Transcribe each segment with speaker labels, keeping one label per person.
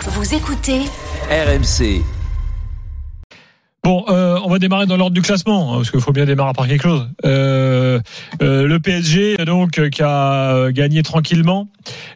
Speaker 1: Vous écoutez
Speaker 2: RMC.
Speaker 3: Bon, euh, on va démarrer dans l'ordre du classement, hein, parce qu'il faut bien démarrer par quelque chose. Euh, euh, le PSG, donc, euh, qui a euh, gagné tranquillement.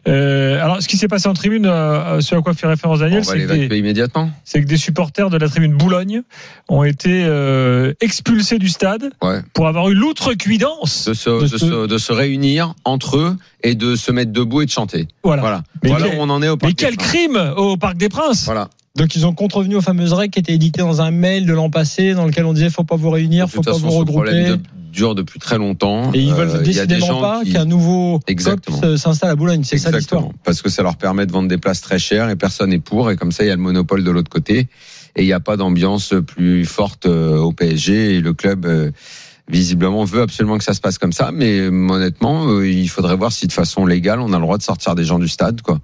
Speaker 3: Euh, alors, ce qui s'est passé en tribune, euh, ce à quoi fait référence
Speaker 4: On
Speaker 3: Daniel,
Speaker 4: va
Speaker 3: c'est que,
Speaker 4: l'évacuer
Speaker 3: des-
Speaker 4: immédiatement.
Speaker 3: c'est que des supporters de la tribune Boulogne ont été euh, expulsés du stade
Speaker 4: Ouais.
Speaker 3: pour avoir eu l'outrecuidance.
Speaker 4: De se,
Speaker 3: De
Speaker 4: de,
Speaker 3: se-
Speaker 4: se, de se réunir entre eux et de se mettre debout et de chanter.
Speaker 3: Voilà.
Speaker 4: Voilà.
Speaker 3: Mais
Speaker 4: Voilà
Speaker 3: quel-
Speaker 4: où on en est au
Speaker 3: Mais
Speaker 4: Parc des
Speaker 3: quel
Speaker 4: Princes.
Speaker 3: crime au Parc des Princes
Speaker 4: Voilà.
Speaker 5: Donc ils ont contrevenu aux fameuses règles qui étaient éditées dans un mail de l'an passé dans lequel on disait faut pas vous réunir,
Speaker 4: De
Speaker 5: faut
Speaker 4: toute
Speaker 5: pas
Speaker 4: façon,
Speaker 5: vous
Speaker 4: ce
Speaker 5: regrouper.
Speaker 4: problème de- dure depuis très longtemps.
Speaker 5: Et ils veulent
Speaker 4: Euh, il y a des
Speaker 5: décidément
Speaker 4: gens
Speaker 5: pas
Speaker 4: qui-
Speaker 5: qu'un nouveau
Speaker 4: Exactement.
Speaker 5: COP s'installe à Boulogne. C'est ça l'histoire.
Speaker 4: Exactement. Parce que ça leur permet de vendre des places très chères et personne n'est pour. Et comme ça, il y a le monopole de l'autre côté. Et il n'y a pas d'ambiance plus forte euh, au PSG. Et le club, euh, visiblement, veut absolument que ça se passe comme ça. Mais euh, honnêtement, euh, il faudrait voir si de façon légale, on a le droit de sortir des gens du stade, quoi.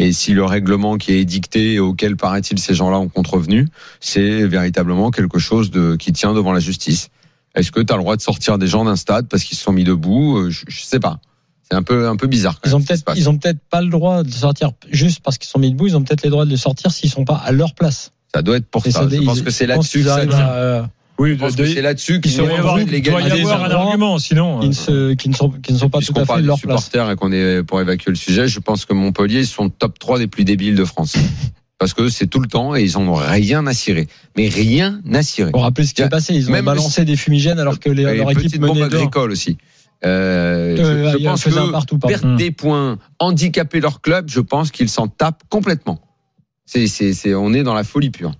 Speaker 4: Et si le règlement qui est édicté et auquel paraît-il ces gens-là ont contrevenu, c'est véritablement quelque chose de, qui tient devant la justice. Est-ce que tu as le droit de sortir des gens d'un stade parce qu'ils se sont mis debout Euh, je, je sais pas. C'est un peu un peu bizarre. quand
Speaker 5: Ils ont
Speaker 4: même, ce qui se
Speaker 5: peut-être,
Speaker 4: passe.
Speaker 5: ils ont peut-être pas le droit de sortir juste parce qu'ils sont mis debout. Ils ont peut-être les droits de le sortir s'ils sont pas à leur place.
Speaker 4: Ça doit être pour
Speaker 5: Et
Speaker 4: ça.
Speaker 5: des-
Speaker 4: Je pense
Speaker 5: ils-
Speaker 4: que c'est
Speaker 5: je pense
Speaker 4: là-dessus
Speaker 5: qu'ils
Speaker 4: que ça
Speaker 5: arrivent
Speaker 4: tient.
Speaker 5: à, euh,
Speaker 3: Oui,
Speaker 4: Je pense que c'est là-dessus
Speaker 3: il
Speaker 4: qu'il y
Speaker 3: doit y
Speaker 4: a
Speaker 3: avoir,
Speaker 4: une
Speaker 3: il doit y
Speaker 4: légalité.
Speaker 3: avoir un
Speaker 5: droits.
Speaker 3: argument, sinon. euh,
Speaker 5: ils ne se- qui ne sont, qui ne sont pas tout
Speaker 4: Puisqu'on
Speaker 5: à fait à
Speaker 4: parle des
Speaker 5: leur place.
Speaker 4: supporters et qu'on est pour évacuer le sujet, je pense que Montpellier ils sont top 3 des plus débiles de France. Parce que c'est tout le temps et ils en ont rien à cirer. Mais rien à cirer.
Speaker 5: Pour rappeler ce
Speaker 4: Il
Speaker 5: qui
Speaker 4: y a-
Speaker 5: est passé, ils ont
Speaker 4: même le-
Speaker 5: balancé des fumigènes alors que les,
Speaker 4: Et une
Speaker 5: leur équipe
Speaker 4: petite bombe
Speaker 5: menait deux.
Speaker 4: agricole aussi. Euh,
Speaker 5: Euh,
Speaker 4: je, je
Speaker 5: ils
Speaker 4: pense
Speaker 5: faisaient un
Speaker 4: que
Speaker 5: partout, pardon. Hmm.
Speaker 4: perdre des points, handicaper leur club, je pense qu'ils s'en tapent complètement. C'est, c'est, c'est, on est dans la folie pure.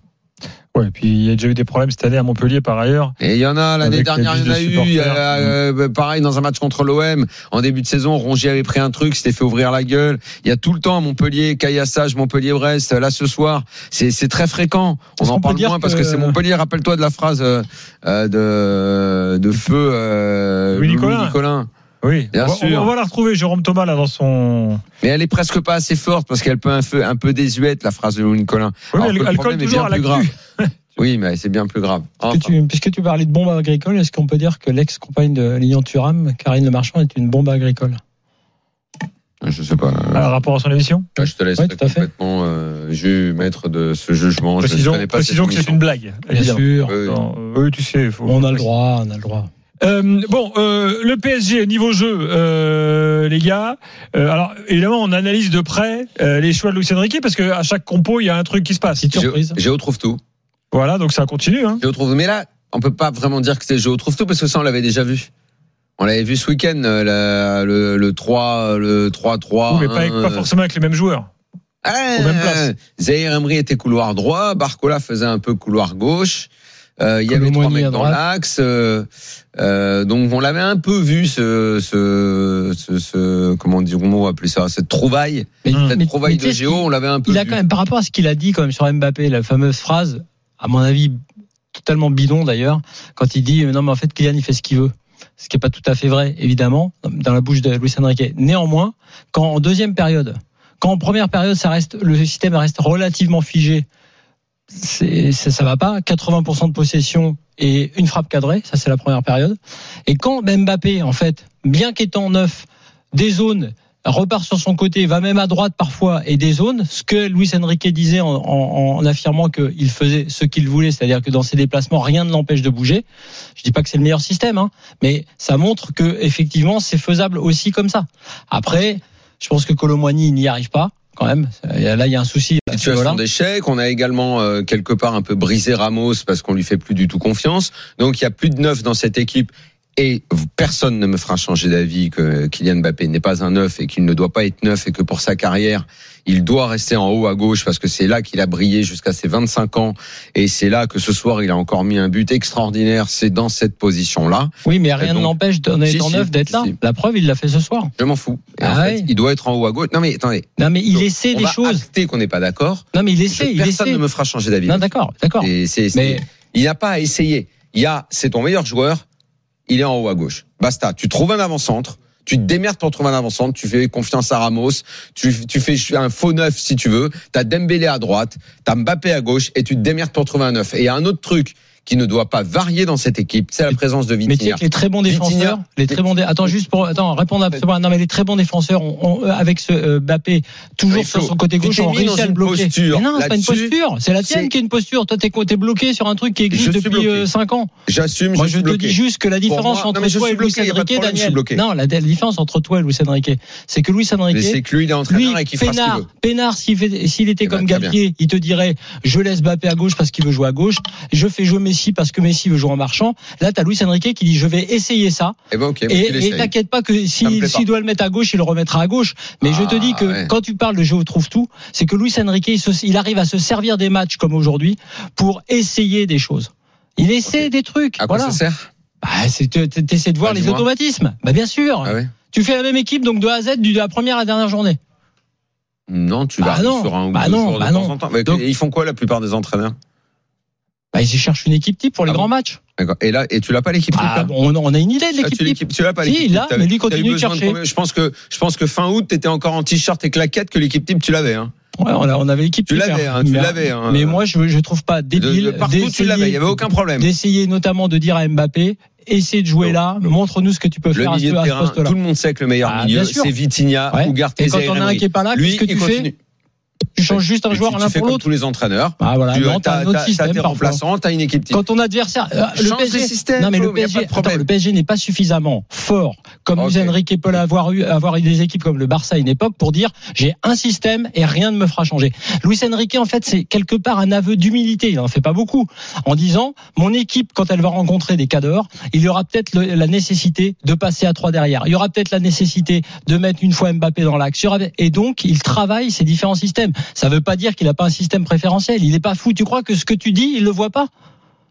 Speaker 3: Ouais, puis il y a déjà eu des problèmes cette année à Montpellier par ailleurs.
Speaker 4: Et il y en a, l'année
Speaker 3: Avec
Speaker 4: dernière,
Speaker 3: les
Speaker 4: il y en a
Speaker 3: bus de
Speaker 4: eu.
Speaker 3: supporters.
Speaker 4: euh, euh, pareil, dans un match contre l'OM, en début de saison, Rongier avait pris un truc, s'était fait ouvrir la gueule. Il y a tout le temps à Montpellier, Caillassage, Montpellier-Brest. Là, ce soir, c'est c'est très fréquent. On
Speaker 5: Est-ce
Speaker 4: en
Speaker 5: qu'on
Speaker 4: parle
Speaker 5: peut dire
Speaker 4: moins parce que
Speaker 5: que-
Speaker 4: c'est Montpellier. Rappelle-toi de la phrase euh, euh, de, de Feu euh,
Speaker 3: Louis
Speaker 4: Louis
Speaker 3: Nicolin.
Speaker 4: Nicolin.
Speaker 3: Oui,
Speaker 4: Bien
Speaker 3: on, va,
Speaker 4: sûr.
Speaker 3: on va la retrouver, Jérôme Thomas, là, dans son.
Speaker 4: Mais elle est presque pas assez forte parce qu'elle peut un peu, un peu désuète, la phrase de Louis Nicolin.
Speaker 3: Oui,
Speaker 4: Alors
Speaker 3: mais elle,
Speaker 4: que le
Speaker 3: elle colle
Speaker 4: problème est
Speaker 3: toujours
Speaker 4: bien
Speaker 3: à la
Speaker 4: plus grave.
Speaker 3: cul.
Speaker 4: Oui, mais c'est bien plus grave. Oh,
Speaker 5: Puisque,
Speaker 4: Enfin,
Speaker 5: tu, puisque tu parlais de bombe agricole, est-ce qu'on peut dire que l'ex-compagne de Lilian Thuram, Karine Le Marchand, est une bombe agricole
Speaker 4: je sais pas. euh,
Speaker 3: Par rapport à son émission
Speaker 4: Là, je te laisse
Speaker 5: Ouais, tout à fait.
Speaker 4: complètement euh, ju- maître de ce jugement. Je ne
Speaker 3: Précisons,
Speaker 4: connais pas
Speaker 3: précisons
Speaker 4: cette
Speaker 3: que c'est
Speaker 4: commission.
Speaker 3: une blague.
Speaker 5: Bien
Speaker 3: évidemment.
Speaker 5: sûr.
Speaker 4: Oui, oui.
Speaker 3: Non, euh, oui, tu sais. faut-
Speaker 5: On a le droit, on a le droit.
Speaker 3: Euh, bon, euh, le PSG, niveau jeu, euh, les gars. euh, alors, évidemment, on analyse de près euh, les choix de Lucien Riquet parce qu'à chaque compo, il y a un truc qui se passe.
Speaker 5: Petite surprise.
Speaker 4: Géo trouve tout.
Speaker 3: Voilà, donc ça continue. Hein.
Speaker 4: Géo trouve. Mais là, on peut pas vraiment dire que c'est Géo trouve tout parce que ça, on l'avait déjà vu. On l'avait vu ce week-end, euh, la- le, le 3, le 3-3.
Speaker 3: Oui, mais pas, avec-
Speaker 4: euh,
Speaker 3: pas forcément avec les mêmes joueurs. aux mêmes places.
Speaker 4: Ah, Zahir Emery était couloir droit, Barcola faisait un peu couloir gauche. Euh, il y avait
Speaker 5: Colomboigny
Speaker 4: trois
Speaker 5: à
Speaker 4: mecs dans
Speaker 5: droite.
Speaker 4: l'axe. euh, euh, donc on l'avait un peu vu ce, ce, ce, ce- comment dire, on va appeler ça, cette trouvaille,
Speaker 5: Mais-
Speaker 3: Hum.
Speaker 5: mais-
Speaker 4: cette
Speaker 5: mais
Speaker 4: trouvaille
Speaker 5: tu sais
Speaker 4: de
Speaker 5: ce
Speaker 4: Géo,
Speaker 5: qu'il-
Speaker 4: on l'avait un peu
Speaker 5: Il a
Speaker 4: vu.
Speaker 5: quand même, par rapport à ce qu'il a dit quand même sur Mbappé, la fameuse phrase, à mon avis, totalement bidon d'ailleurs, quand il dit euh, non mais en fait Kylian il fait ce qu'il veut. Ce qui n'est pas tout à fait vrai, évidemment, dans la bouche de Luis Enrique. Néanmoins, quand en deuxième période, quand en première période, ça reste, le système reste relativement figé, c'est, ça, ça va pas. 80% de possession et une frappe cadrée, ça c'est la première période. Et quand Mbappé, en fait, bien qu'étant neuf, des zones repart sur son côté, va même à droite parfois et des zones. Ce que Luis Enrique disait en, en- en affirmant qu'il faisait ce qu'il voulait, c'est-à-dire que dans ses déplacements, rien ne l'empêche de bouger. Je dis pas que c'est le meilleur système, hein, mais ça montre que effectivement c'est faisable aussi comme ça. Après, je pense que Colomboigny n'y arrive pas quand même. Euh, Là, il y a un souci. à ce
Speaker 4: situation
Speaker 5: niveau-là.
Speaker 4: d'échec. On a également euh, quelque part un peu brisé Ramos parce qu'on lui fait plus du tout confiance. Donc il y a plus de neuf dans cette équipe. Et vous- personne ne me fera changer d'avis que Kylian Mbappé n'est pas un neuf et qu'il ne doit pas être neuf et que pour sa carrière, il doit rester en haut à gauche parce que c'est là qu'il a brillé jusqu'à ses 25 ans et c'est là que ce soir il a encore mis un but extraordinaire. C'est dans cette position-là.
Speaker 5: Oui, mais rien
Speaker 4: Et
Speaker 5: ne
Speaker 4: donc-
Speaker 5: l'empêche d'en
Speaker 4: Si,
Speaker 5: être en
Speaker 4: si,
Speaker 5: neuf d'être là.
Speaker 4: si.
Speaker 5: La preuve, il l'a fait ce soir.
Speaker 4: Je m'en fous. Et en
Speaker 5: Ah
Speaker 4: fait,
Speaker 5: ouais.
Speaker 4: il doit être en haut à gauche. Non mais attendez,
Speaker 5: Non, mais il
Speaker 4: Donc,
Speaker 5: essaie
Speaker 4: on
Speaker 5: des
Speaker 4: va
Speaker 5: choses.
Speaker 4: acter qu'on n'est pas d'accord.
Speaker 5: Non, mais il
Speaker 4: Je-
Speaker 5: essaie, il
Speaker 4: Personne
Speaker 5: essaie.
Speaker 4: ne me fera changer d'avis.
Speaker 5: Non, d'accord, d'accord.
Speaker 4: Et c'est- c'est-
Speaker 5: Mais
Speaker 4: Il n'y a pas à essayer. Il y a, c'est ton meilleur joueur, il est en haut à gauche. Basta. Tu trouves un avant-centre, tu te démerdes pour trouver un avant-centre, tu fais confiance à Ramos, tu, tu fais un faux neuf si tu veux, t'as Dembélé à droite, t'as Mbappé à gauche et tu te démerdes pour trouver un neuf. Et il y a un autre truc qui ne doit pas varier dans cette équipe, c'est la présence de
Speaker 5: Mais tu sais
Speaker 4: Vitinha.
Speaker 5: que les très bons défenseurs,
Speaker 4: Vitinha.
Speaker 5: les très bons. dé- Attends juste pour attends répondre à Sébastien. non mais les très bons défenseurs ont, ont- avec ce euh, Mbappé toujours
Speaker 4: Mais
Speaker 5: sur
Speaker 4: Flo,
Speaker 5: son côté
Speaker 4: tu
Speaker 5: gauche
Speaker 4: t'es
Speaker 5: ont
Speaker 4: mis
Speaker 5: réussi
Speaker 4: dans
Speaker 5: à le
Speaker 4: une
Speaker 5: bloquer.
Speaker 4: posture
Speaker 5: Mais non, c'est pas une
Speaker 4: là-dessus.
Speaker 5: posture, c'est la
Speaker 4: C'est-
Speaker 5: tienne qui est une posture. Toi t'es t'es bloqué sur un truc qui existe
Speaker 4: Je suis
Speaker 5: depuis
Speaker 4: bloqué.
Speaker 5: 5 ans.
Speaker 4: J'assume,
Speaker 5: Moi,
Speaker 4: suis
Speaker 5: je te
Speaker 4: bloqué.
Speaker 5: dis juste que la
Speaker 4: moi,
Speaker 5: différence
Speaker 4: non,
Speaker 5: entre
Speaker 4: mais je
Speaker 5: toi
Speaker 4: suis
Speaker 5: et Luis
Speaker 4: bloqué, y a pas de
Speaker 5: Enrique,
Speaker 4: problème, je suis
Speaker 5: Daniel.
Speaker 4: bloqué.
Speaker 5: Non, la, la différence entre toi et Luis Enrique, c'est que Luis
Speaker 4: Mais c'est
Speaker 5: Enrique,
Speaker 4: que lui, il est
Speaker 5: lui,
Speaker 4: entraîneur et qu'il fera ce qu'il
Speaker 5: Pénard,
Speaker 4: veut.
Speaker 5: Pénard, s'il fait- s'il était
Speaker 4: Eh ben,
Speaker 5: comme
Speaker 4: très
Speaker 5: Galtier, il te dirait je laisse Mbappé à gauche parce qu'il veut jouer à gauche, je fais jouer Messi parce que Messi veut jouer en marchant. Là, t'as Luis Enrique qui dit je vais essayer ça.
Speaker 4: Eh ben, ok,
Speaker 5: Et-
Speaker 4: qu'il
Speaker 5: Et
Speaker 4: essaye.
Speaker 5: t'inquiète pas que
Speaker 4: me plaît
Speaker 5: s'il
Speaker 4: pas.
Speaker 5: s'il doit le mettre à gauche, il le remettra à gauche. Mais je te
Speaker 4: Ah,
Speaker 5: dis que
Speaker 4: ouais.
Speaker 5: quand tu parles de jeu trouve tout, c'est que Luis Enrique, il, se- il arrive à se servir des matchs comme aujourd'hui pour essayer des choses. Il essaie des trucs.
Speaker 4: À quoi
Speaker 5: voilà.
Speaker 4: ça sert
Speaker 5: Bah, c'est te- te- t'essaies de voir
Speaker 4: Ah,
Speaker 5: les
Speaker 4: dis-moi.
Speaker 5: automatismes. Bah bien sûr.
Speaker 4: Ah ouais
Speaker 5: Tu fais la même équipe donc de A à Z du- de la première à la dernière journée.
Speaker 4: Non, tu
Speaker 5: Bah
Speaker 4: vas
Speaker 5: non,
Speaker 4: sur un ou
Speaker 5: bah
Speaker 4: deux
Speaker 5: non,
Speaker 4: jours de
Speaker 5: bah
Speaker 4: temps
Speaker 5: non.
Speaker 4: en temps. Mais
Speaker 5: Donc-
Speaker 4: ils font quoi la plupart des entraîneurs
Speaker 5: Bah, ils cherchent une équipe type pour les
Speaker 4: Ah
Speaker 5: grands
Speaker 4: bon
Speaker 5: matchs.
Speaker 4: D'accord. Et là, et tu l'as pas l'équipe type,
Speaker 5: Ah,
Speaker 4: là
Speaker 5: bon, on, on a une idée
Speaker 4: Ah,
Speaker 5: de l'équipe
Speaker 4: tu
Speaker 5: type.
Speaker 4: l'équipe, tu l'as pas
Speaker 5: Si,
Speaker 4: l'équipe.
Speaker 5: il
Speaker 4: type.
Speaker 5: l'a,
Speaker 4: T'as-
Speaker 5: mais lui
Speaker 4: t'as eu
Speaker 5: continue de
Speaker 4: besoin
Speaker 5: chercher.
Speaker 4: premier- Je pense que je pense que fin août, t'étais encore en t-shirt et claquette que l'équipe type, tu l'avais. Hein.
Speaker 5: Ouais, on, a- on avait l'équipe
Speaker 4: Tu
Speaker 5: type,
Speaker 4: l'avais, hein, tu l'avais, hein.
Speaker 5: Mais moi, je, je trouve pas
Speaker 4: De, de
Speaker 5: débile.
Speaker 4: partout, tu l'avais. Il y avait
Speaker 5: d'essayer-
Speaker 4: aucun problème.
Speaker 5: d'essayer notamment de dire à Mbappé essaie de jouer
Speaker 4: Non,
Speaker 5: là
Speaker 4: non.
Speaker 5: montre-nous ce que tu peux
Speaker 4: Le
Speaker 5: faire à ce,
Speaker 4: milieu de
Speaker 5: à ce
Speaker 4: terrain,
Speaker 5: poste-là
Speaker 4: tout le monde sait que le meilleur
Speaker 5: Ah,
Speaker 4: milieu,
Speaker 5: bien sûr.
Speaker 4: c'est Vitinha
Speaker 5: Ouais.
Speaker 4: ou Garthez
Speaker 5: et quand on a un qui est pas là qu'est-ce que tu fais tu changes juste un joueur
Speaker 4: tu,
Speaker 5: l'un
Speaker 4: fais
Speaker 5: pour
Speaker 4: comme
Speaker 5: l'autre
Speaker 4: tous les entraîneurs.
Speaker 5: ah voilà
Speaker 4: tu
Speaker 5: non, t'as un autre
Speaker 4: as
Speaker 5: système
Speaker 4: tes
Speaker 5: parfois
Speaker 4: remplaçants, t'as une équipe type.
Speaker 5: quand ton adversaire euh, le
Speaker 4: Change les
Speaker 5: PSG
Speaker 4: systèmes,
Speaker 5: non mais
Speaker 4: Flo,
Speaker 5: le
Speaker 4: y a pas
Speaker 5: PSG,
Speaker 4: de problème.
Speaker 5: attends, le PSG n'est pas suffisamment fort comme
Speaker 4: Ok.
Speaker 5: Luis Enrique peut l'avoir eu avoir eu des équipes comme le Barça à une époque pour dire j'ai un système et rien ne me fera changer. Luis Enrique en fait c'est quelque part un aveu d'humilité, il en fait pas beaucoup en disant mon équipe quand elle va rencontrer des cadors, il y aura peut-être le- la nécessité de passer à trois derrière. Il y aura peut-être la nécessité de mettre une fois Mbappé dans l'axe. Il y aura- Et donc il travaille ces différents systèmes. Ça veut pas dire qu'il a pas un système préférentiel, il est pas fou. Tu crois que ce que tu dis, il le voit pas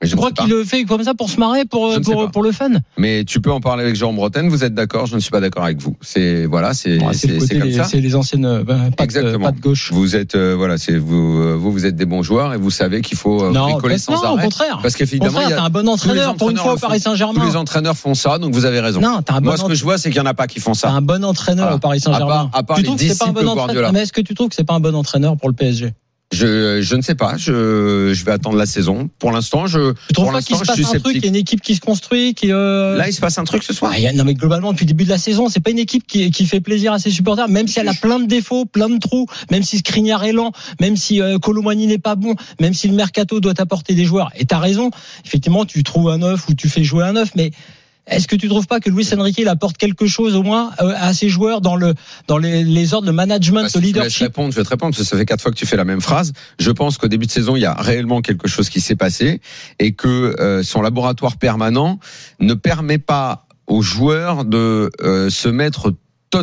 Speaker 4: Mais je
Speaker 5: je
Speaker 4: ne
Speaker 5: crois
Speaker 4: sais pas.
Speaker 5: qu'il le fait comme ça pour se marrer, pour,
Speaker 4: Je ne sais pas.
Speaker 5: pour, pour le fun.
Speaker 4: Mais tu peux en parler avec Jérôme Bretagne, vous êtes d'accord Je ne suis pas d'accord avec vous. C'est voilà, c'est
Speaker 5: Bon, c'est le
Speaker 4: c'est-
Speaker 5: côté
Speaker 4: c'est comme
Speaker 5: des-
Speaker 4: ça.
Speaker 5: c'est les anciennes euh, ben, pattes, euh,
Speaker 4: Exactement.
Speaker 5: pattes gauche.
Speaker 4: Vous êtes euh, voilà, c'est vous euh, vous vous êtes des bons joueurs et vous savez qu'il faut euh,
Speaker 5: non,
Speaker 4: bricoler
Speaker 5: ben,
Speaker 4: sans
Speaker 5: non, au
Speaker 4: arrêt.
Speaker 5: contraire.
Speaker 4: Parce
Speaker 5: Au
Speaker 4: qu'évidemment,
Speaker 5: contraire,
Speaker 4: il y a-
Speaker 5: t'as un bon entraîneur pour une
Speaker 4: entraîneurs
Speaker 5: fois au
Speaker 4: le font.
Speaker 5: Paris
Speaker 4: tous
Speaker 5: Saint-Germain.
Speaker 4: les entraîneurs font ça, donc vous avez raison.
Speaker 5: Non, t'as un bon
Speaker 4: Moi, ce que
Speaker 5: entraîneur.
Speaker 4: je vois, c'est qu'il y en a pas qui font
Speaker 5: T'as
Speaker 4: ça.
Speaker 5: un bon entraîneur
Speaker 4: Voilà.
Speaker 5: au Paris Saint-Germain.
Speaker 4: À part- à part
Speaker 5: tu
Speaker 4: les
Speaker 5: trouves que c'est pas un
Speaker 4: disciples
Speaker 5: bon
Speaker 4: de
Speaker 5: entraîneur
Speaker 4: Guardiola.
Speaker 5: Mais est-ce que tu trouves que c'est pas un bon entraîneur pour le PSG
Speaker 4: Je je ne sais pas. Je je vais attendre la saison. Pour l'instant, je
Speaker 5: Tu trouves
Speaker 4: pour
Speaker 5: pas qu'il
Speaker 4: l'instant
Speaker 5: se
Speaker 4: je
Speaker 5: passe
Speaker 4: suis
Speaker 5: un truc, qu'il
Speaker 4: sceptique.
Speaker 5: y a une équipe qui se construit, qui euh,
Speaker 4: Là, il se passe un truc ce soir.
Speaker 5: Ah, y a- non mais globalement depuis le début de la saison, c'est pas une équipe qui, qui fait plaisir à ses supporters, même si elle a plein de défauts, plein de trous, même si Skriniar est lent, même si euh, Colomani n'est pas bon, même si le mercato doit apporter des joueurs. Et t'as raison, effectivement, tu trouves un neuf ou tu fais jouer un neuf, mais est-ce que tu trouves pas que Luis Enrique il apporte quelque chose au moins euh, à ses joueurs dans le dans les, les ordres de management,
Speaker 4: Bah, si
Speaker 5: de
Speaker 4: tu me laisses
Speaker 5: leadership
Speaker 4: répondre, je vais te répondre, parce que ça fait quatre fois que tu fais la même phrase. Je pense qu'au début de saison, il y a réellement quelque chose qui s'est passé et que euh, son laboratoire permanent ne permet pas aux joueurs de euh, se mettre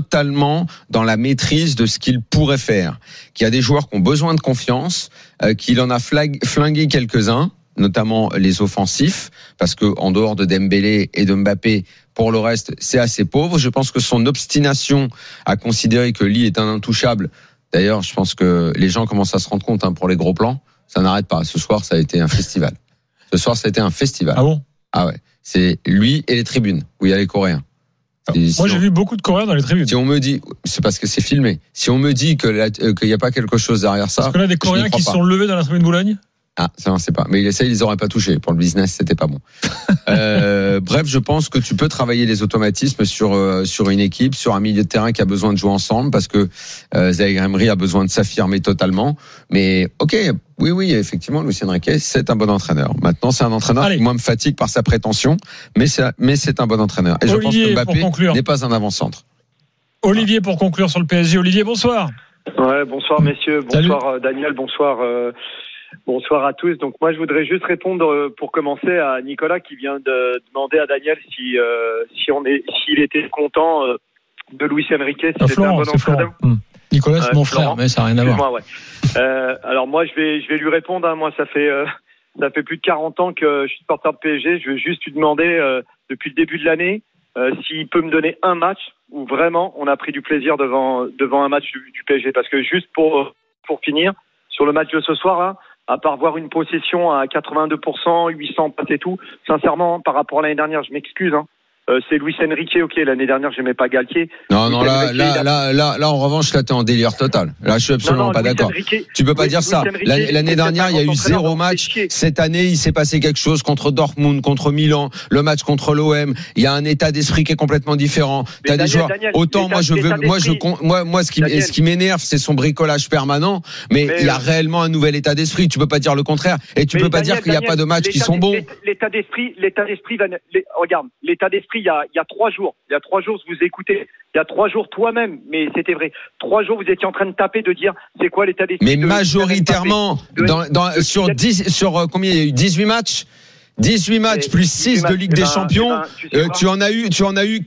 Speaker 4: totalement dans la maîtrise de ce qu'ils pourraient faire. Qu'il y a des joueurs qui ont besoin de confiance, euh, qu'il en a flag- flingué quelques-uns, notamment les offensifs, parce que en dehors de Dembélé et de Mbappé, pour le reste, c'est assez pauvre. Je pense que son obstination à considérer que Lee est un intouchable. D'ailleurs, je pense que les gens commencent à se rendre compte hein, pour les gros plans. Ça n'arrête pas. Ce soir, ça a été un festival. Ce soir, ça a été un festival.
Speaker 3: Ah bon
Speaker 4: Ah ouais. C'est lui et les tribunes où il y a les Coréens.
Speaker 3: Alors,
Speaker 4: Et si
Speaker 3: Ah, Moi,
Speaker 4: on-
Speaker 3: j'ai vu beaucoup de Coréens dans les tribunes.
Speaker 4: Si on me dit, c'est parce que c'est filmé. Si on me dit que la- euh, qu'il n'y a pas quelque chose derrière ça,
Speaker 3: Parce que là, des
Speaker 4: je n'y
Speaker 3: Coréens
Speaker 4: crois
Speaker 3: qui se
Speaker 4: pas.
Speaker 3: sont levés dans la tribune de Boulogne.
Speaker 4: ah, ça on sait pas. Mais ça, ils les auraient pas touchés. Pour le business, c'était pas bon. Euh, bref, je pense que tu peux travailler les automatismes sur euh, sur une équipe, sur un milieu de terrain qui a besoin de jouer ensemble, parce que euh, Zaïre Emery a besoin de s'affirmer totalement. Mais ok, oui, oui, effectivement, Lucien Riquet, c'est un bon entraîneur. Maintenant, c'est un entraîneur
Speaker 3: Allez.
Speaker 4: qui moi me fatigue par sa prétention, mais c'est mais c'est un bon entraîneur. Et
Speaker 3: Olivier,
Speaker 4: je
Speaker 3: pour
Speaker 4: pense que Mbappé
Speaker 3: conclure.
Speaker 4: n'est pas un avant-centre. Ah.
Speaker 3: Olivier, pour conclure sur le PSG. Olivier, bonsoir.
Speaker 1: Ouais, bonsoir messieurs,
Speaker 5: Salut.
Speaker 1: bonsoir euh, Daniel, bonsoir euh, bonsoir à tous. Donc moi je voudrais juste répondre euh, pour commencer à Nicolas qui vient de demander à Daniel si euh, si on est s'il était content euh, de Luis Enrique, si
Speaker 3: Ah,
Speaker 1: c'était un
Speaker 3: Florent,
Speaker 1: bon
Speaker 3: c'est Florent.
Speaker 1: entraîneur.
Speaker 3: Hmm.
Speaker 5: Nicolas, c'est
Speaker 1: Euh,
Speaker 5: mon frère,
Speaker 1: Florent,
Speaker 5: mais ça n'a rien à voir.
Speaker 1: Excuse-moi, ouais. Euh, alors moi, je vais, je vais lui répondre. hein. Moi, ça fait, euh, ça fait plus de 40 ans que je suis supporter de PSG. Je vais juste lui demander, euh, depuis le début de l'année, euh, s'il peut me donner un match où vraiment on a pris du plaisir devant, devant un match du, du PSG. Parce que juste pour, pour finir, sur le match de ce soir, hein, à part voir une possession à 82%, 800 passes et tout, sincèrement, par rapport à l'année dernière, je m'excuse. hein, Euh, c'est Luis Enrique, ok, l'année dernière, j'aimais pas Galtier.
Speaker 4: Non, non,
Speaker 1: Luis
Speaker 4: là,
Speaker 1: Enrique, il
Speaker 4: là,
Speaker 1: a-
Speaker 4: là, là, là, en revanche, là, t'es en délire total. Là, je suis absolument
Speaker 1: Non, non,
Speaker 4: pas
Speaker 1: Luis
Speaker 4: d'accord.
Speaker 1: Enrique-
Speaker 4: Tu peux pas
Speaker 1: Luis-
Speaker 4: dire ça.
Speaker 1: Luis Enrique,
Speaker 4: L'année l'année
Speaker 1: c'est
Speaker 4: dernière, il y a eu
Speaker 1: un
Speaker 4: zéro
Speaker 1: entraîneur
Speaker 4: match.
Speaker 1: qui fait chier.
Speaker 4: Cette année, il s'est passé quelque chose contre Dortmund, contre Milan, le match contre l'OM. Il y a un état d'esprit qui est complètement différent.
Speaker 1: Mais
Speaker 4: T'as des
Speaker 1: Daniel,
Speaker 4: joueurs.
Speaker 1: Daniel,
Speaker 4: Autant moi,
Speaker 1: l'état-
Speaker 4: je veux,
Speaker 1: l'état
Speaker 4: moi, je,
Speaker 1: d'esprit.
Speaker 4: con- moi, moi, ce qui,
Speaker 1: Daniel.
Speaker 4: ce qui m'énerve, c'est son bricolage permanent. Mais,
Speaker 1: Mais
Speaker 4: il y a
Speaker 1: oui.
Speaker 4: réellement un nouvel état d'esprit. Tu peux pas dire le contraire. Et tu
Speaker 1: Mais
Speaker 4: peux pas
Speaker 1: Daniel,
Speaker 4: dire qu'il n'y a pas
Speaker 1: Daniel,
Speaker 4: de matchs qui
Speaker 1: l'état
Speaker 4: sont
Speaker 1: d-
Speaker 4: bons.
Speaker 1: l'é- L'état d'esprit, l'état d'esprit, Van- les- regarde, l'état d'esprit, il y a, il y a trois jours, il y a trois jours, vous écoutez, il y a trois jours, toi-même, mais c'était vrai, trois jours, vous étiez en train de taper, de dire, c'est quoi l'état d'esprit
Speaker 4: Mais
Speaker 1: de- de
Speaker 4: majoritairement,
Speaker 1: de-
Speaker 4: dans, dans-
Speaker 1: de-
Speaker 4: sur, 10, sur euh, combien il y a eu 18 matchs 18
Speaker 1: Mbappé.
Speaker 4: matchs plus 6 de
Speaker 1: Eh
Speaker 4: Ligue
Speaker 1: ben,
Speaker 4: des
Speaker 1: eh ben,
Speaker 4: Champions.
Speaker 1: tu sais
Speaker 4: Euh,
Speaker 1: quoi
Speaker 4: tu en as eu, tu en as eu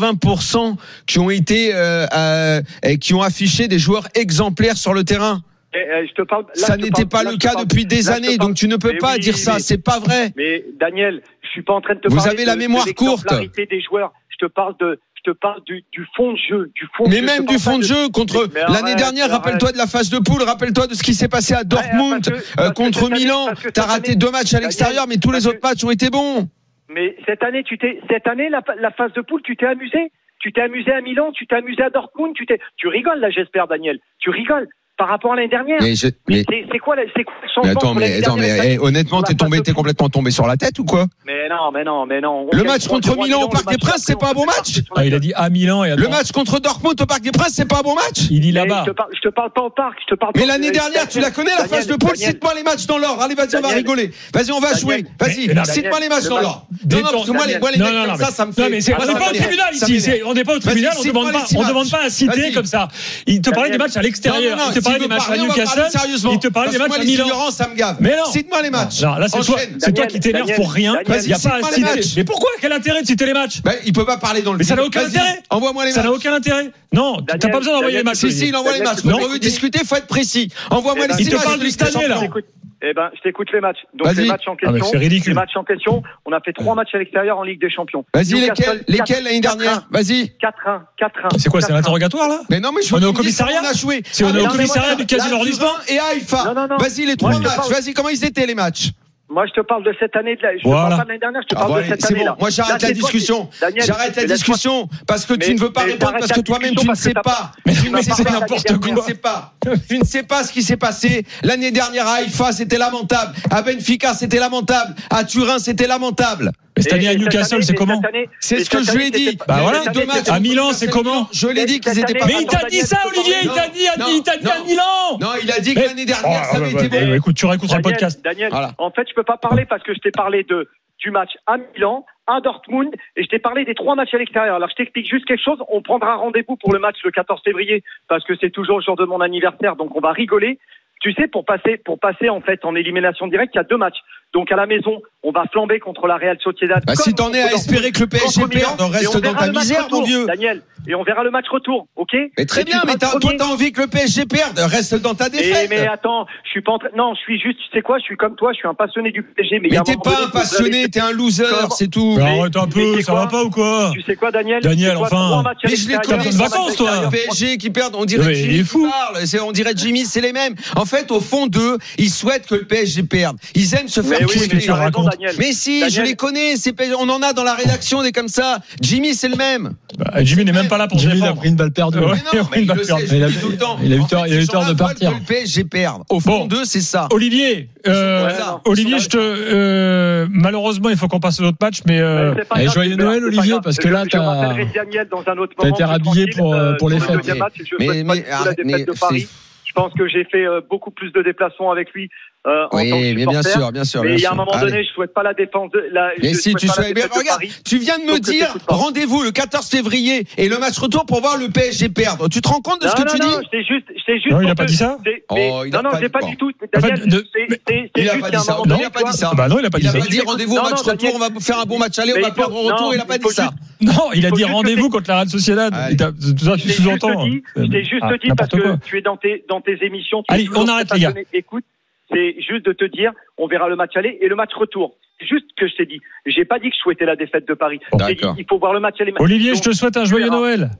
Speaker 4: 80% qui ont été euh, euh, et qui ont affiché des joueurs exemplaires sur le terrain.
Speaker 1: Eh, eh, je te parle- là,
Speaker 4: ça
Speaker 1: je te
Speaker 4: n'était
Speaker 1: parle-
Speaker 4: pas le
Speaker 1: là, je te
Speaker 4: cas
Speaker 1: parle-
Speaker 4: depuis des
Speaker 1: là, je te
Speaker 4: années,
Speaker 1: parle-
Speaker 4: donc tu ne peux
Speaker 1: Mais
Speaker 4: pas
Speaker 1: oui,
Speaker 4: dire ça,
Speaker 1: mais-
Speaker 4: c'est pas vrai.
Speaker 1: Mais Daniel, je suis pas en train de te
Speaker 4: Vous
Speaker 1: parler
Speaker 4: avez
Speaker 1: de-
Speaker 4: la mémoire
Speaker 1: de
Speaker 4: courte.
Speaker 1: l'exemplarité des joueurs. Je te parle de, je te parle du, du fond de jeu, du fond. de
Speaker 4: Mais
Speaker 1: jeu. Je
Speaker 4: même
Speaker 1: te
Speaker 4: du
Speaker 1: parle
Speaker 4: fond de
Speaker 1: pas
Speaker 4: jeu contre
Speaker 1: Mais
Speaker 4: l'année
Speaker 1: arrête,
Speaker 4: dernière,
Speaker 1: arrête.
Speaker 4: rappelle-toi de la phase de poule, rappelle-toi de ce qui s'est passé à Dortmund
Speaker 1: parce que- parce
Speaker 4: euh,
Speaker 1: que
Speaker 4: contre
Speaker 1: cette année-
Speaker 4: Milan.
Speaker 1: parce que
Speaker 4: T'as
Speaker 1: cette
Speaker 4: raté
Speaker 1: année-
Speaker 4: deux matchs à
Speaker 1: Daniel,
Speaker 4: l'extérieur, mais tous les
Speaker 1: parce
Speaker 4: autres
Speaker 1: que-
Speaker 4: matchs ont été bons.
Speaker 1: Mais cette année, tu t'es, cette année, la, la phase de poule, tu t'es amusé. Tu t'es amusé à Milan, tu t'es amusé à Dortmund, tu t'es, tu rigoles là, j'espère, Daniel. Tu rigoles par rapport à l'année dernière.
Speaker 4: Mais je- mais-
Speaker 1: c'est, c'est quoi, la- c'est quoi le changement
Speaker 4: mais attends, mais,
Speaker 1: entre l'année
Speaker 4: attends,
Speaker 1: dernière et
Speaker 4: mais,
Speaker 1: cette
Speaker 4: eh, honnêtement,
Speaker 1: la
Speaker 4: t'es
Speaker 1: phase
Speaker 4: tombé,
Speaker 1: de
Speaker 4: t'es
Speaker 1: poule.
Speaker 4: complètement tombé sur la tête ou quoi
Speaker 1: Mais non, mais non, mais non. On
Speaker 4: Le
Speaker 1: gagne
Speaker 4: match contre
Speaker 1: 3-0 à
Speaker 4: Milan au
Speaker 1: le
Speaker 4: Parc des
Speaker 1: match
Speaker 4: Princes, c'est pas un bon
Speaker 1: on se
Speaker 4: match
Speaker 1: fait sur la
Speaker 3: Ah, il a
Speaker 1: gueule.
Speaker 3: dit à Milan et à
Speaker 4: Le
Speaker 3: Dortmund.
Speaker 4: match contre Dortmund au Parc des Princes, c'est pas un bon match
Speaker 3: Il dit
Speaker 1: Mais
Speaker 3: là-bas.
Speaker 1: Eh, Je te, parle, je te parle pas au parc, je te parle.
Speaker 4: Mais
Speaker 1: pas-
Speaker 4: l'année dernière, tu la connais la
Speaker 1: Daniel,
Speaker 4: phase de poule.
Speaker 1: Daniel,
Speaker 4: Cite-moi les matchs dans l'or. Allez, vas-y, on va
Speaker 1: Daniel.
Speaker 4: rigoler. Vas-y, on va
Speaker 1: Daniel.
Speaker 4: jouer. Vas-y,
Speaker 3: Mais- mais non,
Speaker 4: cite-moi
Speaker 1: Daniel,
Speaker 4: les matchs
Speaker 1: le
Speaker 4: dans
Speaker 1: match-
Speaker 4: l'or. Non, non, parce que moi, les, moi, les mecs comme
Speaker 3: mais-
Speaker 4: ça, ça me
Speaker 3: non,
Speaker 4: fait.
Speaker 3: mais c'est-
Speaker 4: moi,
Speaker 3: on
Speaker 4: ça
Speaker 3: n'est pas au
Speaker 4: m'énerve.
Speaker 3: tribunal
Speaker 4: Ça
Speaker 3: ici.
Speaker 4: m'énerve.
Speaker 3: c'est- On n'est pas au
Speaker 4: Vas-y,
Speaker 3: tribunal. On ne
Speaker 4: cite-moi
Speaker 3: demande
Speaker 4: les
Speaker 3: pas.
Speaker 4: six
Speaker 3: On
Speaker 4: matchs.
Speaker 3: demande pas à
Speaker 4: Vas-y.
Speaker 3: citer comme ça. Il te parlait
Speaker 1: Daniel.
Speaker 3: des matchs à
Speaker 4: Non, non,
Speaker 3: l'extérieur.
Speaker 4: non,
Speaker 3: Il te
Speaker 4: s'il
Speaker 3: parlait
Speaker 4: veut
Speaker 3: des matchs à
Speaker 4: parler, on va parler
Speaker 3: Newcastle.
Speaker 4: sérieusement.
Speaker 3: Il te parlait
Speaker 4: Parce
Speaker 3: des
Speaker 4: que
Speaker 3: matchs
Speaker 4: moi,
Speaker 3: à
Speaker 4: les
Speaker 3: Milan.
Speaker 4: ignorants, ça me gave.
Speaker 3: Mais non.
Speaker 4: Cite-moi les matchs.
Speaker 3: Non, là, c'est toi,
Speaker 4: Enchaîne.
Speaker 3: c'est toi qui
Speaker 1: Daniel,
Speaker 3: t'énerves pour rien.
Speaker 1: Daniel,
Speaker 3: Il n'y a
Speaker 4: vas-y,
Speaker 3: pas à
Speaker 4: cite-moi les
Speaker 3: citer.
Speaker 4: matchs.
Speaker 3: Mais pourquoi Quel intérêt de citer les matchs
Speaker 4: Ben, il peut pas parler dans le
Speaker 3: Mais ça
Speaker 4: vide.
Speaker 3: n'a aucun
Speaker 4: Vas-y,
Speaker 3: intérêt.
Speaker 4: Envoie-moi les
Speaker 3: Ça
Speaker 4: matchs.
Speaker 3: n'a aucun intérêt. Non, t'as
Speaker 1: Daniel,
Speaker 3: pas besoin d'envoyer les
Speaker 1: Daniel,
Speaker 3: matchs.
Speaker 4: Si, si, il envoie les matchs.
Speaker 1: Non.
Speaker 4: On veut discuter, faut être précis. Envoie-moi
Speaker 1: Eh ben,
Speaker 4: les
Speaker 1: il te
Speaker 4: images.
Speaker 1: parle
Speaker 4: de
Speaker 1: du
Speaker 4: Ligue des
Speaker 3: Stanley, là.
Speaker 4: Champions.
Speaker 1: Écoute, eh ben, je t'écoute les matchs. Donc
Speaker 4: Vas-y.
Speaker 1: les matchs en
Speaker 3: Ah, mais
Speaker 1: question.
Speaker 3: c'est ridicule. Ah.
Speaker 1: Les matchs en question. On a fait trois matchs à l'extérieur en Ligue des Champions.
Speaker 4: Vas-y,
Speaker 1: Newcastle,
Speaker 4: lesquels Lesquels l'année
Speaker 1: 4-1,
Speaker 4: dernière Vas-y.
Speaker 1: 4-1, 4-1.
Speaker 3: C'est quoi C'est un
Speaker 1: 4-1.
Speaker 3: interrogatoire là
Speaker 4: Mais non, mais je
Speaker 3: On
Speaker 4: veux
Speaker 3: est au
Speaker 4: que tu me dises
Speaker 3: commissariat
Speaker 4: comment on a joué.
Speaker 3: Si on
Speaker 4: Ah,
Speaker 3: est
Speaker 4: mais
Speaker 3: au
Speaker 4: non, mais
Speaker 3: commissariat
Speaker 4: voilà,
Speaker 3: du Casino
Speaker 4: Lazio
Speaker 3: Lisbonne.
Speaker 4: et Haïfa.
Speaker 1: Non, non, non.
Speaker 4: Vas-y, les
Speaker 1: Moi,
Speaker 4: trois
Speaker 1: je te
Speaker 4: matchs.
Speaker 1: parle.
Speaker 4: Vas-y, comment ils étaient les matchs
Speaker 1: Moi, je te parle de cette année. De la... Je
Speaker 3: Voilà.
Speaker 1: te parle pas de l'année dernière. Je te
Speaker 4: Ah,
Speaker 1: parle
Speaker 4: bon,
Speaker 1: de
Speaker 4: allez,
Speaker 1: cette
Speaker 4: C'est
Speaker 1: année.
Speaker 4: bon,
Speaker 1: là
Speaker 4: moi j'arrête la discussion. J'arrête la discussion parce que tu
Speaker 1: Mais-
Speaker 4: ne veux pas
Speaker 1: mais
Speaker 4: répondre
Speaker 1: t'arrêtes
Speaker 4: parce
Speaker 1: la
Speaker 4: que toi-même tu
Speaker 1: discussion
Speaker 4: ne
Speaker 1: parce que
Speaker 4: sais
Speaker 1: t'as
Speaker 4: pas.
Speaker 1: pas-
Speaker 3: Mais
Speaker 4: Tu
Speaker 3: non,
Speaker 4: ne
Speaker 3: mais
Speaker 4: sais
Speaker 3: c'est
Speaker 4: pas.
Speaker 3: n'importe
Speaker 4: Tu ne
Speaker 3: quoi.
Speaker 4: sais pas. Tu ne sais pas ce qui s'est passé. L'année dernière à Haïfa, c'était lamentable. À Benfica, c'était lamentable. À Turin, c'était lamentable.
Speaker 3: Mais cette année à Newcastle, c'est comment
Speaker 4: C'est ce que je lui ai dit.
Speaker 3: Bah
Speaker 4: Mais
Speaker 3: voilà.
Speaker 4: les deux matchs,
Speaker 3: À Milan, c'est
Speaker 4: Newcastle,
Speaker 3: comment
Speaker 4: Milan, Je l'ai dit qu'ils
Speaker 1: Cette
Speaker 4: étaient pas
Speaker 1: année-
Speaker 3: Mais il t'a dit ça, Olivier Il t'a dit,
Speaker 4: Non,
Speaker 3: il t'a dit à
Speaker 4: non.
Speaker 3: Milan
Speaker 4: Non, il a dit que l'année
Speaker 3: Oh,
Speaker 4: dernière, ça
Speaker 3: bah,
Speaker 4: avait été bon.
Speaker 3: Écoute, tu réécouteras le
Speaker 1: Daniel,
Speaker 3: podcast.
Speaker 1: Daniel,
Speaker 4: Voilà.
Speaker 1: en fait, je peux pas parler parce que je t'ai parlé de du match à Milan, à Dortmund, et je t'ai parlé des trois matchs à l'extérieur. Alors, je t'explique juste quelque chose. On prendra rendez-vous pour le match le 14 février parce que c'est toujours le jour de mon anniversaire, donc on va rigoler. Tu sais, pour passer, pour passer en fait en élimination directe, il y a deux matchs. Donc à la maison, on va flamber contre la Real Sociedad.
Speaker 4: Bah,
Speaker 1: comme
Speaker 4: si t'en es à
Speaker 1: contre
Speaker 4: espérer que le
Speaker 1: Dortmund,
Speaker 4: PSG
Speaker 1: contre Milan,
Speaker 4: perde,
Speaker 1: et
Speaker 4: reste
Speaker 1: on
Speaker 4: dans
Speaker 1: verra
Speaker 4: ta
Speaker 1: le match
Speaker 4: misère, mon
Speaker 1: retour,
Speaker 4: vieux.
Speaker 1: Daniel, et on verra le match retour, ok
Speaker 4: Mais très
Speaker 1: Et tu
Speaker 4: bien,
Speaker 1: seras
Speaker 4: mais t'as-
Speaker 1: le
Speaker 4: toi
Speaker 1: premier.
Speaker 4: t'as envie que le PSG perde, reste dans ta
Speaker 1: Eh,
Speaker 4: défaite.
Speaker 1: mais attends, je suis pas en train. Non, je suis juste, tu sais quoi, je suis comme toi, je suis un passionné du PSG. Mais, il y
Speaker 4: Mais
Speaker 1: a un
Speaker 4: t'es
Speaker 1: moment
Speaker 4: pas
Speaker 1: donné,
Speaker 4: un
Speaker 1: faut que vous allez-
Speaker 4: passionné, t'es un loser,
Speaker 1: Comment
Speaker 4: c'est tout.
Speaker 3: Mais
Speaker 4: Mais
Speaker 3: arrête un
Speaker 1: mais
Speaker 3: peu,
Speaker 1: c'est
Speaker 3: ça va
Speaker 1: quoi
Speaker 3: pas ou quoi
Speaker 1: Tu sais quoi, Daniel
Speaker 3: Daniel,
Speaker 1: Tu sais quoi,
Speaker 3: enfin.
Speaker 1: trois matchs à
Speaker 4: je les
Speaker 1: l'extérieur,
Speaker 4: connais,
Speaker 3: t'as
Speaker 1: trois
Speaker 3: de
Speaker 1: matchs
Speaker 3: vacances,
Speaker 1: à
Speaker 3: toi.
Speaker 1: l'extérieur.
Speaker 4: PSG qui perdent, on dirait
Speaker 3: Mais il est
Speaker 4: Jimmy qui
Speaker 3: fou.
Speaker 4: parle, c'est- on dirait Jimmy, c'est les mêmes. En fait, au fond d'eux, ils souhaitent que le PSG perde. Ils aiment se faire
Speaker 1: Mais oui,
Speaker 3: qu'est-ce que
Speaker 1: mais
Speaker 3: tu
Speaker 4: kiffer.
Speaker 1: t'as raison,
Speaker 3: racontes
Speaker 1: Daniel.
Speaker 4: Mais si, je
Speaker 1: Daniel-
Speaker 4: les connais, ces PSG, on en a dans la rédaction des comme ça. Jimmy, c'est le même.
Speaker 3: Bah, Jimmy n'est même pas là pour se
Speaker 5: Jimmy il a
Speaker 3: défendre.
Speaker 5: pris une balle perdue.
Speaker 3: Ouais.
Speaker 4: Mais non, mais il le sait, je
Speaker 5: Il a-
Speaker 4: le dis tout le temps.
Speaker 5: il a eu
Speaker 4: En
Speaker 5: tort-
Speaker 4: fait,
Speaker 5: il a eu
Speaker 4: ces
Speaker 5: tort de
Speaker 4: gens-là veulent
Speaker 5: partir.
Speaker 4: Que le PSG perd. Au
Speaker 3: Bon.
Speaker 4: fond d'eux, c'est ça.
Speaker 3: Olivier, euh,
Speaker 4: Ils sont comme ça.
Speaker 3: Olivier,
Speaker 4: Ils
Speaker 3: je
Speaker 4: sont
Speaker 3: te euh, malheureusement, il faut qu'on passe à d'autres matchs, mais euh,
Speaker 1: Mais c'est pas
Speaker 5: Eh,
Speaker 1: grave,
Speaker 5: joyeux
Speaker 1: tu verras,
Speaker 5: Noël,
Speaker 1: c'est pas
Speaker 5: Olivier,
Speaker 1: grave.
Speaker 5: parce que
Speaker 1: Je-
Speaker 5: là,
Speaker 1: je
Speaker 5: t'as-
Speaker 1: rappellerai Daniel dans un autre moment,
Speaker 5: été
Speaker 1: plus
Speaker 5: rhabillé
Speaker 1: tranquille,
Speaker 5: pour, euh,
Speaker 1: euh,
Speaker 5: pour les
Speaker 1: le
Speaker 5: fêtes.
Speaker 1: deuxième match, je
Speaker 4: Mais-
Speaker 1: souhaite pas
Speaker 4: mais-
Speaker 1: du tout la
Speaker 4: ah,
Speaker 1: défaite de
Speaker 4: mais
Speaker 1: Paris. Je pense que j'ai fait euh, beaucoup plus de déplacements avec lui euh, en tant que
Speaker 4: Oui, mais bien
Speaker 1: supporter.
Speaker 4: sûr, bien sûr.
Speaker 1: Mais
Speaker 4: bien
Speaker 1: il y a
Speaker 4: sûr.
Speaker 1: un moment
Speaker 4: Allez.
Speaker 1: donné, je souhaite pas la défense. De, la,
Speaker 4: Mais
Speaker 1: je
Speaker 4: si
Speaker 1: souhaite
Speaker 4: tu
Speaker 1: pas la
Speaker 4: souhaites bien,
Speaker 1: défaite de
Speaker 4: regarde,
Speaker 1: Paris.
Speaker 4: tu viens de me
Speaker 1: Donc, je
Speaker 4: dire
Speaker 1: t'écoute pas.
Speaker 4: rendez-vous le 14 février et le match retour pour voir le PSG perdre. Tu te rends compte de
Speaker 1: non,
Speaker 4: ce que
Speaker 1: non,
Speaker 4: tu
Speaker 1: non,
Speaker 4: dis
Speaker 1: je t'ai juste, je t'ai juste.
Speaker 3: Non, il a
Speaker 1: pour
Speaker 3: pas
Speaker 1: te-
Speaker 3: dit ça
Speaker 1: c'est- mais-
Speaker 4: Oh, il a
Speaker 1: non, non,
Speaker 4: pas
Speaker 1: j'ai
Speaker 4: dit-
Speaker 1: pas
Speaker 4: bon.
Speaker 1: du tout.
Speaker 3: En fait,
Speaker 1: Daniel,
Speaker 3: de-
Speaker 1: c'est-
Speaker 3: mais-
Speaker 1: c'est-
Speaker 4: Il a
Speaker 1: c'est juste
Speaker 4: pas
Speaker 1: qu'il y
Speaker 4: dit
Speaker 1: a un
Speaker 4: ça.
Speaker 1: moment
Speaker 4: Non,
Speaker 1: donné,
Speaker 4: il a pas
Speaker 1: tu vois,
Speaker 4: dit ça.
Speaker 3: bah non, il a pas
Speaker 4: Il
Speaker 3: dit
Speaker 4: a
Speaker 3: ça.
Speaker 4: pas dit
Speaker 1: Mais-
Speaker 4: rendez-vous au
Speaker 1: non,
Speaker 4: match
Speaker 1: non,
Speaker 4: retour,
Speaker 1: Daniel.
Speaker 4: on va faire un bon match aller, on
Speaker 1: Mais
Speaker 4: va
Speaker 1: il
Speaker 4: perdre
Speaker 1: faut-
Speaker 4: au retour,
Speaker 1: non,
Speaker 4: il a pas
Speaker 1: il
Speaker 4: dit
Speaker 1: faut
Speaker 4: ça.
Speaker 3: non, il a
Speaker 1: faut
Speaker 3: dit
Speaker 1: juste que
Speaker 3: rendez-vous contre la Real Sociedad.
Speaker 4: Allez.
Speaker 3: Il t'a- Tout
Speaker 4: Ah,
Speaker 3: ça,
Speaker 1: Je
Speaker 3: tu
Speaker 1: t'ai juste
Speaker 3: sous-entends.
Speaker 1: dit,
Speaker 3: hein.
Speaker 1: je t'ai juste
Speaker 3: Ah,
Speaker 1: dit parce
Speaker 3: n'importe
Speaker 1: que
Speaker 3: quoi.
Speaker 1: tu es dans tes, dans tes émissions. tu es
Speaker 3: Allez,
Speaker 1: toujours
Speaker 3: on arrête,
Speaker 1: très
Speaker 3: les gars.
Speaker 1: passionné. Écoute, c'est juste de te dire, on verra le match aller et le match retour. C'est Juste que je t'ai dit. J'ai pas dit que je souhaitais la défaite de Paris.
Speaker 4: Bon,
Speaker 1: J'ai dit,
Speaker 4: d'accord.
Speaker 1: il faut voir le match aller.
Speaker 3: Olivier, je
Speaker 1: Donc,
Speaker 3: te souhaite un joyeux
Speaker 1: verras.
Speaker 3: Noël.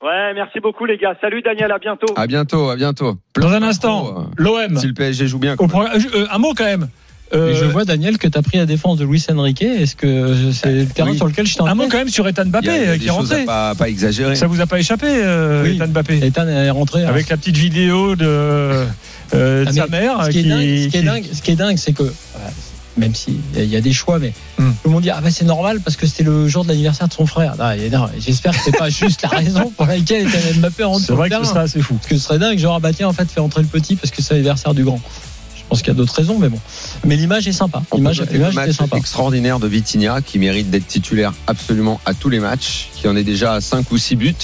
Speaker 1: Ouais, merci beaucoup, les gars. Salut, Daniel. À bientôt.
Speaker 4: À bientôt, à bientôt.
Speaker 3: Dans
Speaker 4: Plein
Speaker 3: un
Speaker 4: de
Speaker 3: instant,
Speaker 4: gros, euh,
Speaker 3: l'OM.
Speaker 4: Si le PSG joue bien.
Speaker 3: Au programme- euh, un mot quand même.
Speaker 5: Et je
Speaker 3: Euh,
Speaker 5: vois, Daniel, que tu as pris la défense de Luis Enrique. Est-ce que c'est le terrain
Speaker 4: oui.
Speaker 5: sur lequel je t'ai
Speaker 3: un mot
Speaker 5: entraîné
Speaker 3: quand même sur Ethan
Speaker 4: Il y a- il y a
Speaker 3: Mbappé euh,
Speaker 4: des
Speaker 3: qui est
Speaker 4: choses à
Speaker 3: rentré.
Speaker 4: pas, pas exagérer.
Speaker 3: Ça vous a pas échappé, euh,
Speaker 5: Oui.
Speaker 3: Ethan Mbappé
Speaker 5: Ethan est rentré. hein.
Speaker 3: Avec la petite vidéo de, euh, de
Speaker 5: Ah, mais
Speaker 3: sa mère
Speaker 5: ce qui,
Speaker 3: qui,
Speaker 5: est dingue, ce qui est
Speaker 3: qui-
Speaker 5: dingue, ce qui est dingue, c'est que euh, même s'il y, a- il y a des choix, mais
Speaker 3: Hmm.
Speaker 5: tout le monde dit ah bah c'est normal parce que c'était le jour de l'anniversaire de son frère. Non, il est- non, J'espère que c'est pas juste la raison pour laquelle Ethan Mbappé rentre
Speaker 3: C'est
Speaker 5: sur le
Speaker 3: vrai que ce
Speaker 5: terrain.
Speaker 3: serait assez fou.
Speaker 5: Parce que ce serait dingue, genre ah bah tiens en fait fais entrer le petit parce que c'est l'anniversaire du grand. Je pense qu'il y a d'autres raisons, mais bon. Mais l'image est sympa.
Speaker 4: On peut
Speaker 5: L'image
Speaker 4: noter
Speaker 5: l'image
Speaker 4: le
Speaker 5: était
Speaker 4: match
Speaker 5: sympa.
Speaker 4: extraordinaire de Vitinha qui mérite d'être titulaire absolument à tous les matchs, qui en est déjà à 5 ou 6 buts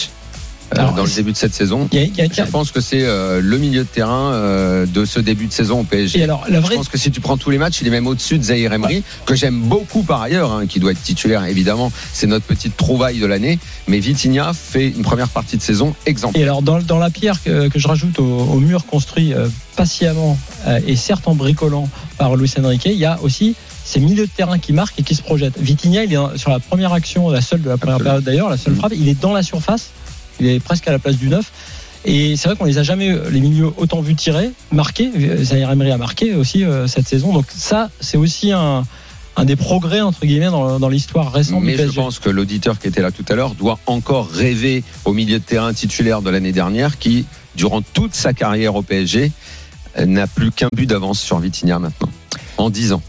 Speaker 4: euh,
Speaker 5: Alors,
Speaker 4: dans le
Speaker 5: c'est-
Speaker 4: début de cette saison.
Speaker 5: Il y a- il y a-
Speaker 4: Je pense que c'est euh, le milieu de terrain euh, de ce début de saison au PSG.
Speaker 5: Et alors la
Speaker 4: Je
Speaker 5: vraie
Speaker 4: pense que si tu prends tous les matchs, il est même au-dessus de Zahir Emery, que j'aime beaucoup par ailleurs, hein, qui doit être titulaire évidemment. C'est notre petite trouvaille de l'année. Mais Vitinha fait une première partie de saison exemplaire.
Speaker 5: Et alors, dans, dans la pierre que, que je rajoute au, au mur construit euh, patiemment euh, et certes en bricolant par Luis Enrique, il y a aussi ces milieux de terrain qui marquent et qui se projettent. Vitinha, il est en- sur la première action, la seule de la première
Speaker 4: Absolument.
Speaker 5: période d'ailleurs, la seule
Speaker 4: Mhm.
Speaker 5: frappe, il est dans la surface, il est presque à la place du 9. Et c'est vrai qu'on les a jamais, euh, les milieux, autant vus tirer, marquer. Zahir Emery a marqué aussi euh, cette saison. Donc, ça, c'est aussi un, un des progrès, entre guillemets, dans, dans l'histoire récente
Speaker 4: Mais
Speaker 5: du
Speaker 4: je
Speaker 5: PSG.
Speaker 4: pense que l'auditeur qui était là tout à l'heure doit encore rêver au milieu de terrain titulaire de l'année dernière, qui, durant toute sa carrière au PSG, euh, n'a plus qu'un but d'avance sur Vitinha maintenant, en 10 ans.